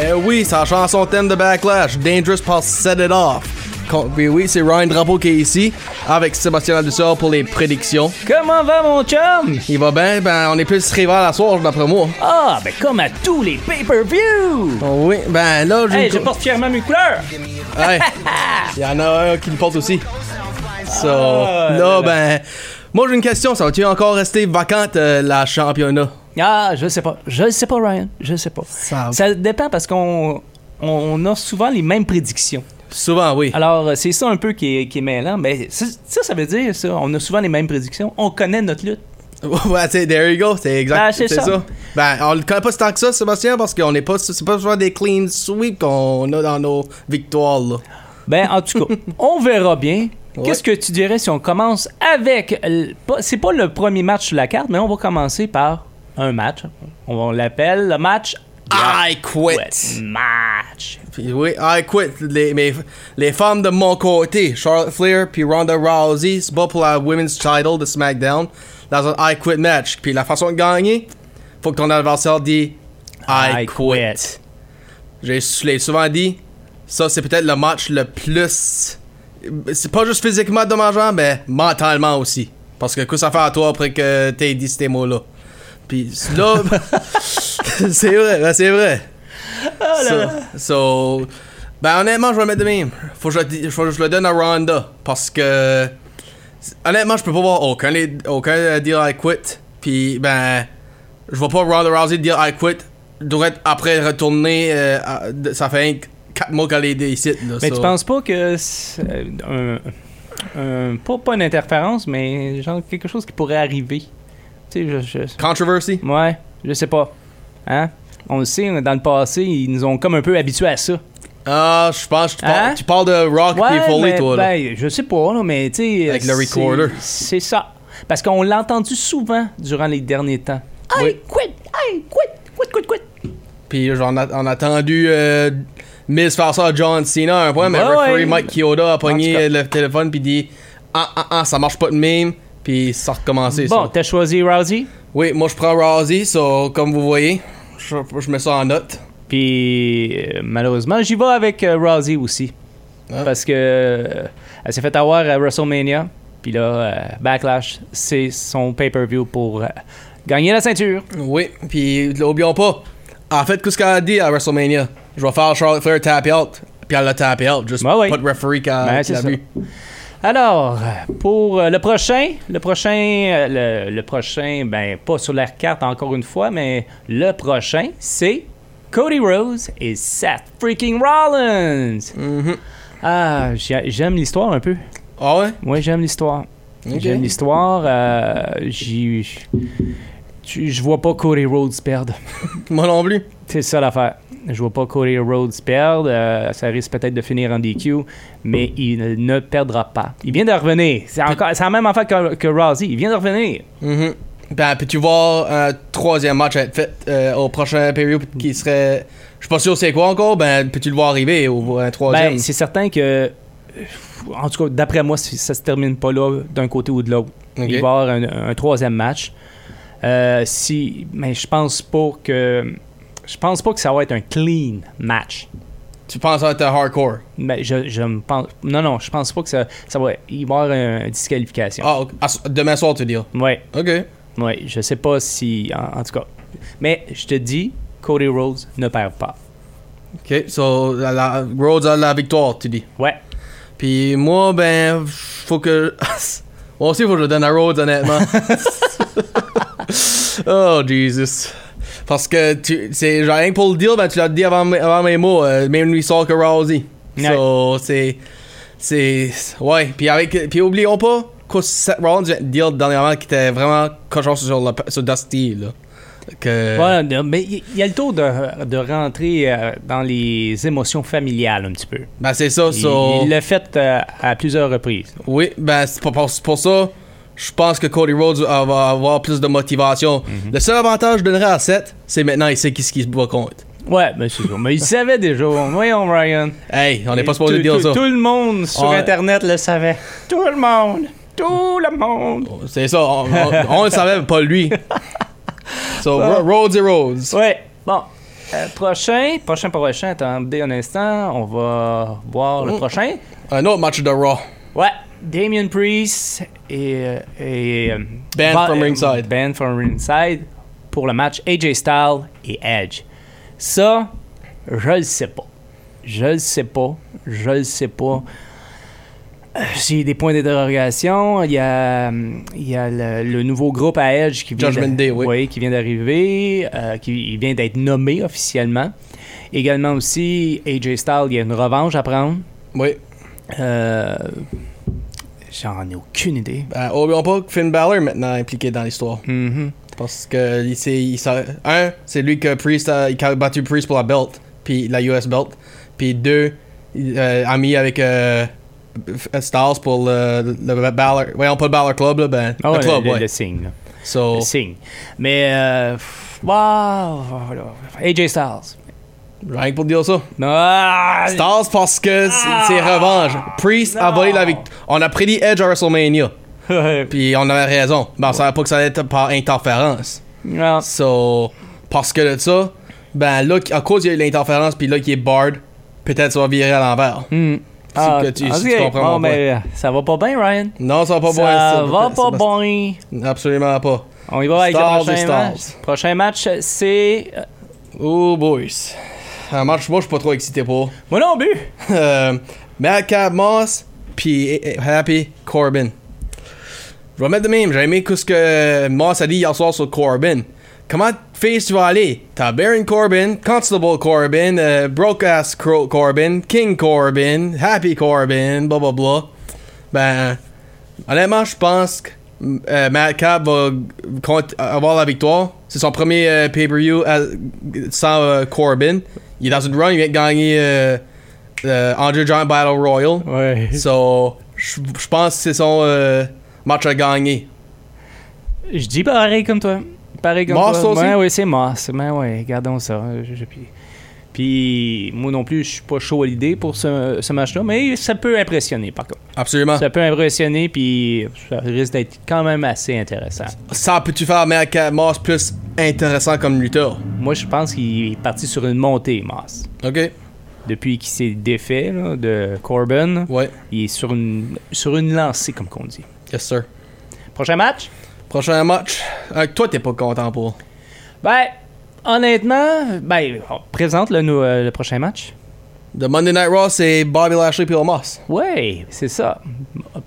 Eh oui, sa chanson thème de Backlash, Dangerous par Set It Off. Con- puis oui, c'est Ryan Drapeau qui est ici, avec Sébastien Aldusor pour les prédictions. Comment va mon chum? Il va bien, ben on est plus rival à soir, d'après moi. Ah, ben comme à tous les pay-per-view! Oh oui, ben là, j'ai. Hey, je porte fièrement mes couleurs! Ouais. Il y en a un qui le porte aussi. So, Ah, là, là, là. ben. Moi, j'ai une question. Ça va-tu encore rester vacante, euh, la championnat? Ah, je sais pas. Je sais pas, Ryan. Je sais pas. Ça- Ça dépend parce qu'on on a souvent les mêmes prédictions. Souvent, oui. Alors, euh, c'est ça un peu qui est, qui est mêlant. Mais c'est- ça, ça veut dire ça. On a souvent les mêmes prédictions. On connaît notre lutte. ouais, c'est there you go. C'est exact. Ben, c'est ça. Ben, on le connaît pas tant que ça, Sébastien, parce qu'on n'est pas. C'est pas souvent des clean sweeps qu'on a dans nos victoires, là. Ben, en tout cas, on verra bien. Ouais. Qu'est-ce que tu dirais si on commence avec. le- pas- C'est pas le premier match sur la carte, mais on va commencer par un match. On, on l'appelle le match. Ah! I quit. Wet Match. Puis oui, I quit. Les, mes- les femmes de mon côté, Charlotte Flair puis Ronda Rousey, se battent pour la Women's Title de SmackDown dans un I quit match. Puis la façon de gagner, faut que ton adversaire dit I, I quit. quit. J'ai- Je l'ai souvent dit, ça c'est peut-être le match le plus. C'est pas juste physiquement dommageant, mais mentalement aussi. Parce que qu'est-ce que ça fait à toi après que t'aies dit ces mots-là? Puis là, c'est vrai, ben, c'est vrai. Ah So, so- ben honnêtement, je vais le mettre de même. Faut que je, le di- faut que je le donne à Ronda parce que honnêtement, je peux pas voir aucun les- aucun euh, dire I quit. Puis ben, je vois pas Ronda Rousey dire I quit. Devrait après retourner, euh, à- de- ça fait 4 mois qu'elle est des sites. Là, Mais so. tu penses pas que. c'est, euh, un- un- pas, pas une interférence, mais genre quelque chose qui pourrait arriver. Tu sais, je- je, Controversy. Ouais, je sais pas. Hein? On le sait, dans le passé, ils nous ont comme un peu habitués à ça. Ah, je pense que tu, parles- Hein? tu parles de Rock Ouais, puis Foley, mais, toi. là. ben, je sais pas, là, mais tu sais... Avec euh, le c'est- recorder. C'est ça. Parce qu'on l'a entendu souvent durant les derniers temps. Hey, Oui. quit! Hey, quit! Quit, quit, quit! Puis j'en a- on a attendu euh, Miz faire ça à John Cena à un point, mais Ouais, referee ouais. Mike Kyoda a En pogné tout le téléphone puis dit ah ah ah ça marche pas de même puis ça a recommencé. Bon, ça. t'as choisi Rousey, Oui, moi je prends Rousey, so, comme vous voyez, je, je mets ça en note. puis euh, malheureusement, j'y vais avec euh, Rousey aussi. Ah. Parce que euh, elle s'est fait avoir à WrestleMania, puis là, euh, Backlash, c'est son pay-per-view pour euh, gagner la ceinture. Oui, puis l'oublions pas. En fait, qu'est-ce qu'elle a dit à WrestleMania Je vais faire Charlotte Flair tap out, puis elle l'a tap out, juste Ouais, ouais. pas de referee qui a, Ben, qui c'est l'a ça. vu. Alors, pour euh, le prochain, le prochain, euh, le, le prochain, ben pas sur la carte encore une fois, mais le prochain, c'est Cody Rhodes et Seth freaking Rollins. Ah, j'ai- j'aime l'histoire un peu. Ah ouais Moi, j'aime l'histoire. Ok. J'aime l'histoire. euh, j'y- tu- Je vois pas Cody Rhodes perdre. Moi non plus. C'est ça l'affaire. Je vois pas Cody Rhodes perdre. euh, ça risque peut-être de finir en DQ, mais il ne- ne perdra pas. Il vient de revenir. C'est encore, c'est la même affaire que, que Rousey. Il vient de revenir. Mhm. Ben, puis tu vois un troisième match être fait euh, au prochain période qui serait. Je suis pas sûr c'est quoi encore, ben, puis tu le vois arriver au un troisième. Ben, c'est certain que, en tout cas, d'après moi, si ça se termine pas là d'un côté ou de l'autre. Ok. Il va y avoir un, un troisième match. Euh, si, mais je pense pas que, je pense pas que ça va être un clean match. Tu penses à être hardcore. Mais je, je me pense, non, non, je pense pas que ça, ça va. Il va y avoir un- une disqualification. Ah, ok. Ah, so- demain soir, tu dis. Ouais. Ok. Oui, je sais pas si. En, en tout cas. Mais je te dis, Cody Rhodes ne perd pas. Ok, so, la, la- Rhodes a la victoire, tu dis. Ouais. Puis moi, ben, faut que. moi aussi, faut que je le donne à Rhodes, honnêtement. oh, Jesus. Parce que tu, c'est genre, rien que pour le deal, ben, tu l'as dit avant, mes- avant mes mots, euh, même lui sort que Rousey. Ouais. So, c'est. C'est. Ouais, puis avec. Puis oublions pas que Seth Rollins vient de dire dernièrement qu'il était vraiment cochon sur, le, sur Dusty, là. Que. Ouais, non, mais il il y, a le tour de, de rentrer euh, dans les émotions familiales un petit peu. Ben, c'est ça, Il- so. Il l'a fait euh, à plusieurs reprises. Oui, ben c'est pour, pour- pour ça, je pense que Cody Rhodes euh, va avoir plus de motivation. Mhm. Le seul avantage que je donnerais à Seth, c'est maintenant il sait qui ce qui se bat contre. Ouais, mais c'est ça. Mais il savait déjà. Voyons, Ryan. Hey, on n'est pas Et supposé tout- dire tout- ça. Tout le monde sur On- Internet le savait. Tout le monde. Tout le monde. C'est ça, on, on- on le savait, mais pas lui. So, Ro- Rhodes et Rhodes. Ouais. Bon. Euh, prochain, prochain, prochain, attendez un instant, on va voir le Mm. prochain. Un autre match de Raw. Ouais, Damien Priest et. euh, et euh, Banned Va- from euh, ringside. Banned from ringside pour le match AJ Styles et Edge. Ça, je le sais pas. Je le sais pas. Je le sais pas. Euh, J'ai des points d'interrogation. Il y a, hum, il y a le, le nouveau groupe à Edge qui vient, Judgment Day, oui. qui vient d'arriver, euh, qui il vient d'être nommé officiellement. Également aussi, AJ Styles, il y a une revanche à prendre. Oui. Euh, J'en ai aucune idée. Ben, oublions pas que Finn Balor est maintenant impliqué dans l'histoire. Mhm. Parce que il, s'est- il s'en- un, c'est lui que Priest a, qui a battu Priest pour la belt, puis la US belt. Puis deux, il, euh, ami avec euh, F- Styles pour le, le Balor. Voyons pas le Balor Club, là, ben Ah le ouais, club, le, ouais. Oh. le signe. là. So, Le signe. Mais, euh, pff, wow, voilà. AJ Styles. rien que pour dire ça. Ah, Styles parce que c'est c'est revanche. Priest a Non. volé la victoire. On a prédit Edge à WrestleMania. Puis on avait raison. Ben, on savait pas que ça allait être par interférence. non. So, parce que de ça, ben là, à cause il y a eu l'interférence, puis là, qui est barred, peut-être ça va virer à l'envers. Hmm. Ah, que tu- si ok. tu comprends mon Bon, ben, ça va pas bien, Ryan. Non, ça va pas bon. ça Sébastien. va pas bien. Absolument pas. On y va avec Stars le prochain et stars. match. Prochain match, c'est. euh, Oh, boys. Un match, moi, je suis pas trop excité pour. Moi non plus. Euh, Madcap Moss, puis eh, eh, Happy Corbin. Je vais mettre de même. J'ai aimé tout ce que Moss a dit hier soir sur Corbin. Comment, face, tu vas aller? T'as Baron Corbin, Constable Corbin, euh, Broke Ass Cro- Corbin, King Corbin, Happy Corbin, blah blah blah. Ben, honnêtement, je pense que euh, Madcap va cont- avoir la victoire. C'est son premier euh, pay-per-view à- sans euh, Corbin. Il est dans une run, il vient de gagner euh, euh, Andre Giant Battle Royal. Ouais. So, je je pense que c'est son euh, match à gagner. Je dis pareil comme toi. Pareil comme Moss toi. aussi? Ouais, oui, c'est Moss. Mais ouais, gardons ça. Je- je- puis, puis moi non plus, je suis pas chaud à l'idée pour ce, ce match-là, mais ça peut impressionner par contre. Absolument. Ça peut impressionner, puis ça risque d'être quand même assez intéressant. Ça peut-tu faire America Moss plus intéressant comme lutteur? Moi, je pense qu'il est parti sur une montée, Moss. Ok. Depuis qu'il s'est défait là, de Corbin, Ouais. il est sur une, sur une lancée, comme qu'on dit. Yes, sir. Prochain match? Prochain match. Avec toi, t'es pas content pour. Ben, honnêtement, ben, on présente le, nou- euh, le prochain match. The Monday Night Raw, c'est Bobby Lashley puis Omos. Ouais, c'est ça.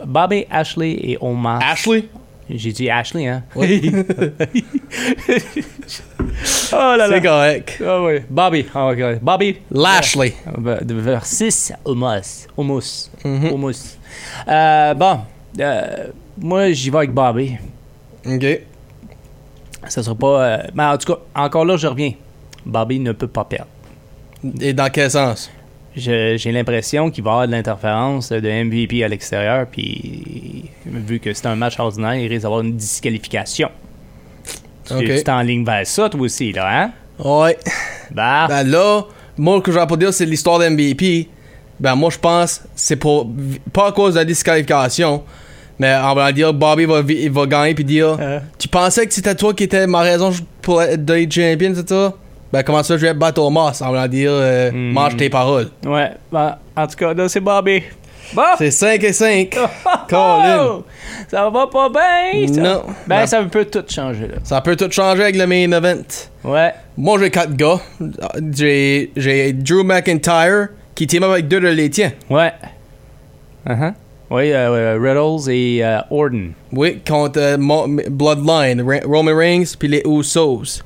Bobby, Ashley et Omar. Ashley? J'ai dit Ashley, hein? Oui. Oh là c'est là. correct. Ah oui. Bobby. Ah, ok. Bobby Lashley. versus Omos. Omos. Mhm. Omos. Euh, bon. Euh, moi, j'y vais avec Bobby. Ok. Ça sera pas. euh, mais en tout cas, encore là, je reviens. Bobby ne peut pas perdre. Et dans quel sens? Je- J'ai l'impression qu'il va y avoir de l'interférence de MVP à l'extérieur, puis vu que c'est un match ordinaire, il risque d'avoir une disqualification. Tu Ok. tu t'enlignes vers ça, toi aussi, là, hein? Ouais. Bah, Ben là, moi, ce que j'ai pour dire, c'est l'histoire de MVP. Ben moi, je pense, c'est pour pas à cause de la disqualification, mais on va dire, Bobby va, vi- il va gagner puis dire, Hein? tu pensais que c'était toi qui étais ma raison pour être de champion, c'est ça? Ben comment ça, je vais battre Thomas? On va dire, euh, Hmm. mange tes paroles. ouais, ben, en tout cas, là, c'est Bobby. Bon! Bah. C'est 5 et 5. Ah. Colin. Oh! Ça va pas bien! ça. Non. Ben, Ben- ça peut tout changer, là. Ça peut tout changer avec le main event. Ouais. Moi, j'ai 4 gars. J'ai j'ai Drew McIntyre qui team up avec deux de les tiens. Ouais. Uh-huh. Oui, euh, euh, Riddles et euh, Orton. Oui, contre euh, Mo- Bloodline, Ra- Roman Reigns, puis les Usos.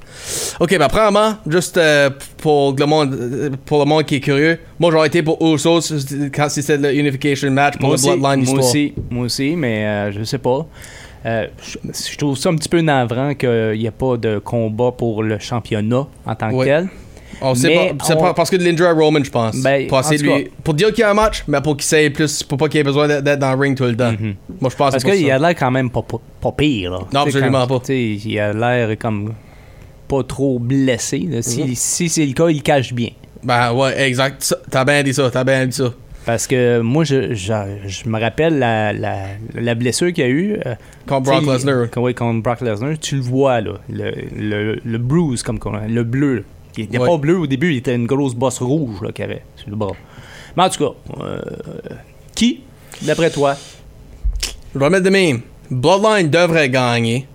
Ok, ben premièrement, juste euh, pour, le monde, euh, pour le monde qui est curieux, moi j'aurais été pour Usos euh, quand c'était le Unification Match pour Moi le aussi, Bloodline moi histoire. aussi, moi aussi, mais euh, je sais pas. Euh, je, je trouve ça un petit peu navrant qu'il n'y a pas de combat pour le championnat en tant que Ouais. Ah, tel. On sait Mais pas- c'est on- pas- parce que de l'injury à Roman, je pense. Ben, Pour, essayer en de tout lui- pour dire qu'il y a un match, mais pour qu'il sache plus, pour pas qu'il ait besoin d'être d'être dans le ring tout le temps. Moi je pense Mhm. Parce que c'est qu'il pour a l'air quand même pas, pas, pas pire. Là. Non, Tu sais, absolument pas. quand- tu sais, Il a l'air comme pas trop blessé. là. Si, Mhm. si c'est le cas, il cache bien. ça. Ben ouais, exact. Ça- T'as bien dit ça, t'as bien dit ça. Parce que moi, je, je, je me rappelle la, la, la blessure qu'il y a eu. euh, Contre Brock tu sais, Lesnar. quand- Oui, contre Brock Lesnar. Tu le vois, là. Le, le, le bruise, comme qu'on- le bleu. Il était Ouais. pas bleu au début, il était une grosse bosse rouge là, qu'il avait sur le bras. Mais en tout cas, euh, qui, d'après toi Je vais mettre de même. Bloodline devrait gagner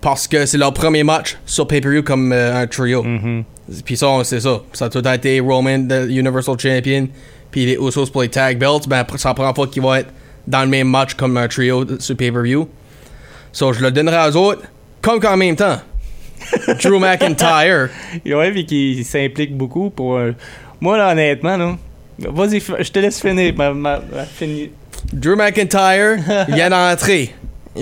parce que c'est leur premier match sur pay-per-view comme euh, un trio. Puis ça, on- c'est ça. Ça a tout le temps été Roman, the Universal Champion, puis les Usos pour les tag belts. Ben, après, c'est la première fois qu'ils vont être dans le même match comme un trio sur pay-per-view. So, je le donnerai aux autres, comme qu'en même temps. Drew McIntyre. Ouais, puis qui s'implique beaucoup pour. euh, Moi, là, honnêtement, là. Vas-y, f- je te laisse finir. ma- ma- ma- fini- Drew McIntyre il vient d'entrer.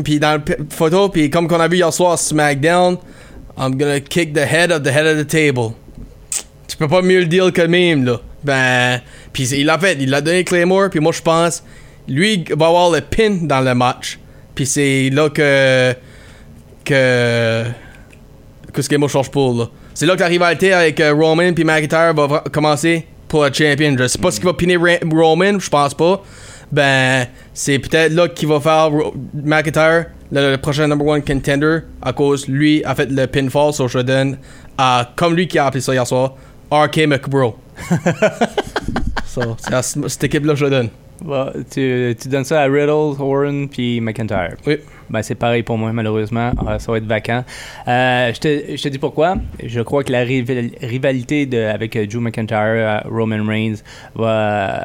Puis dans la p- photo, puis comme qu'on a vu hier soir sur SmackDown, I'm gonna kick the head of the head of the table. Tu peux pas mieux le deal que le même, là. Ben, puis il l'a fait, il l'a donné Claymore, puis moi je pense, lui va avoir le pin dans le match. Puis c'est là que. que. que ce que moi je change pour, là. C'est là que la rivalité avec euh, Roman puis McIntyre va vra- commencer pour le champion. Je sais pas ce qui va piner Ra- Roman, je pense pas. Ben, c'est peut-être là qu'il va faire Ro- McIntyre le, le prochain number one contender à cause lui a fait le pinfall sur je donne à comme lui qui a appelé ça hier soir, RK McBro. so, c'est à ce- cette équipe là je le donne. Va- tu, tu donnes ça à Riddle, Warren, puis McIntyre. Oui. Ben, c'est pareil pour moi, malheureusement. Ah, Ça va être vacant. Euh, je, te, je te dis pourquoi. Je crois que la rival- rivalité de, avec euh, Drew McIntyre, euh, Roman Reigns, va euh,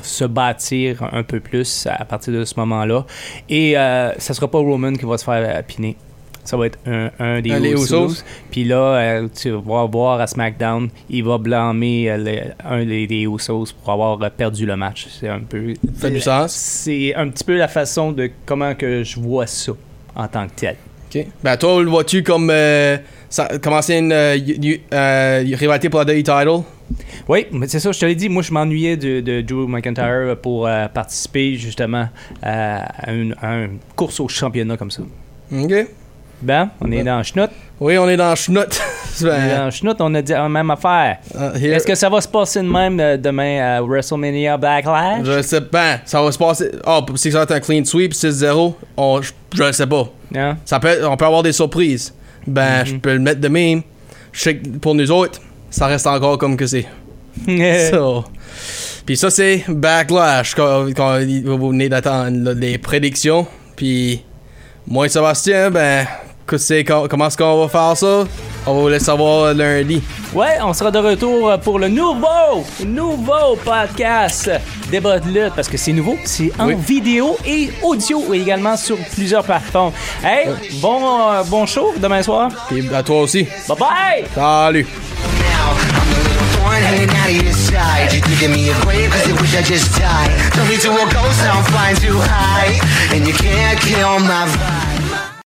se bâtir un peu plus à partir de ce moment-là. Et euh, ça sera pas Roman qui va se faire euh, piner. Ça va être un, un des Un des Usos. Usos. Puis là, euh, tu vas voir à SmackDown, il va blâmer euh, le- un des, des Usos pour avoir euh, perdu le match. C'est un peu Ça fait du sens. c'est un petit peu la façon de comment que je vois ça en tant que tel. Ok. Ben toi le vois-tu comme euh, ça- commencer une euh, y- y- euh, rivalité pour la WWE title? Oui, mais c'est ça, je te l'ai dit, moi je m'ennuyais de, de Drew McIntyre pour euh, participer justement à, à une, à une course au championnat comme ça. Ok. Ben, on est Ouais. dans Schnout. Oui, on est dans Schnout. Ah, On est dans Schnout, on a dit la même affaire. Est-ce que ça va se passer de même euh, demain à WrestleMania Backlash? Je sais pas. Ça va se passer. Ah, oh, si ça va être un clean sweep, 6-0, on- je, je le sais pas. Hein? Ça peut être- on peut avoir des surprises. Ben, Mhm. je peux le mettre de même. Je sais que pour nous autres, ça reste encore comme que c'est. Eh. So. Puis ça, c'est Backlash, quand, quand vous venez d'attendre là, les prédictions. Puis moi et Sébastien, ben, que c'est- comment est-ce qu'on va faire ça? On va vous laisser savoir lundi. Ouais, on sera de retour euh, pour le nouveau, nouveau podcast Débat de lutte parce que c'est nouveau, c'est en Oui. vidéo et audio et également sur plusieurs plateformes. Hey, bon, euh, bon show demain soir. Puis à toi aussi. Bye bye! Salut! now. I'm the little thorn hanging out of your side. You're digging me a grave cause you wish I just died. Turn me to a ghost, I'm flying too high. And you can't kill my vibe.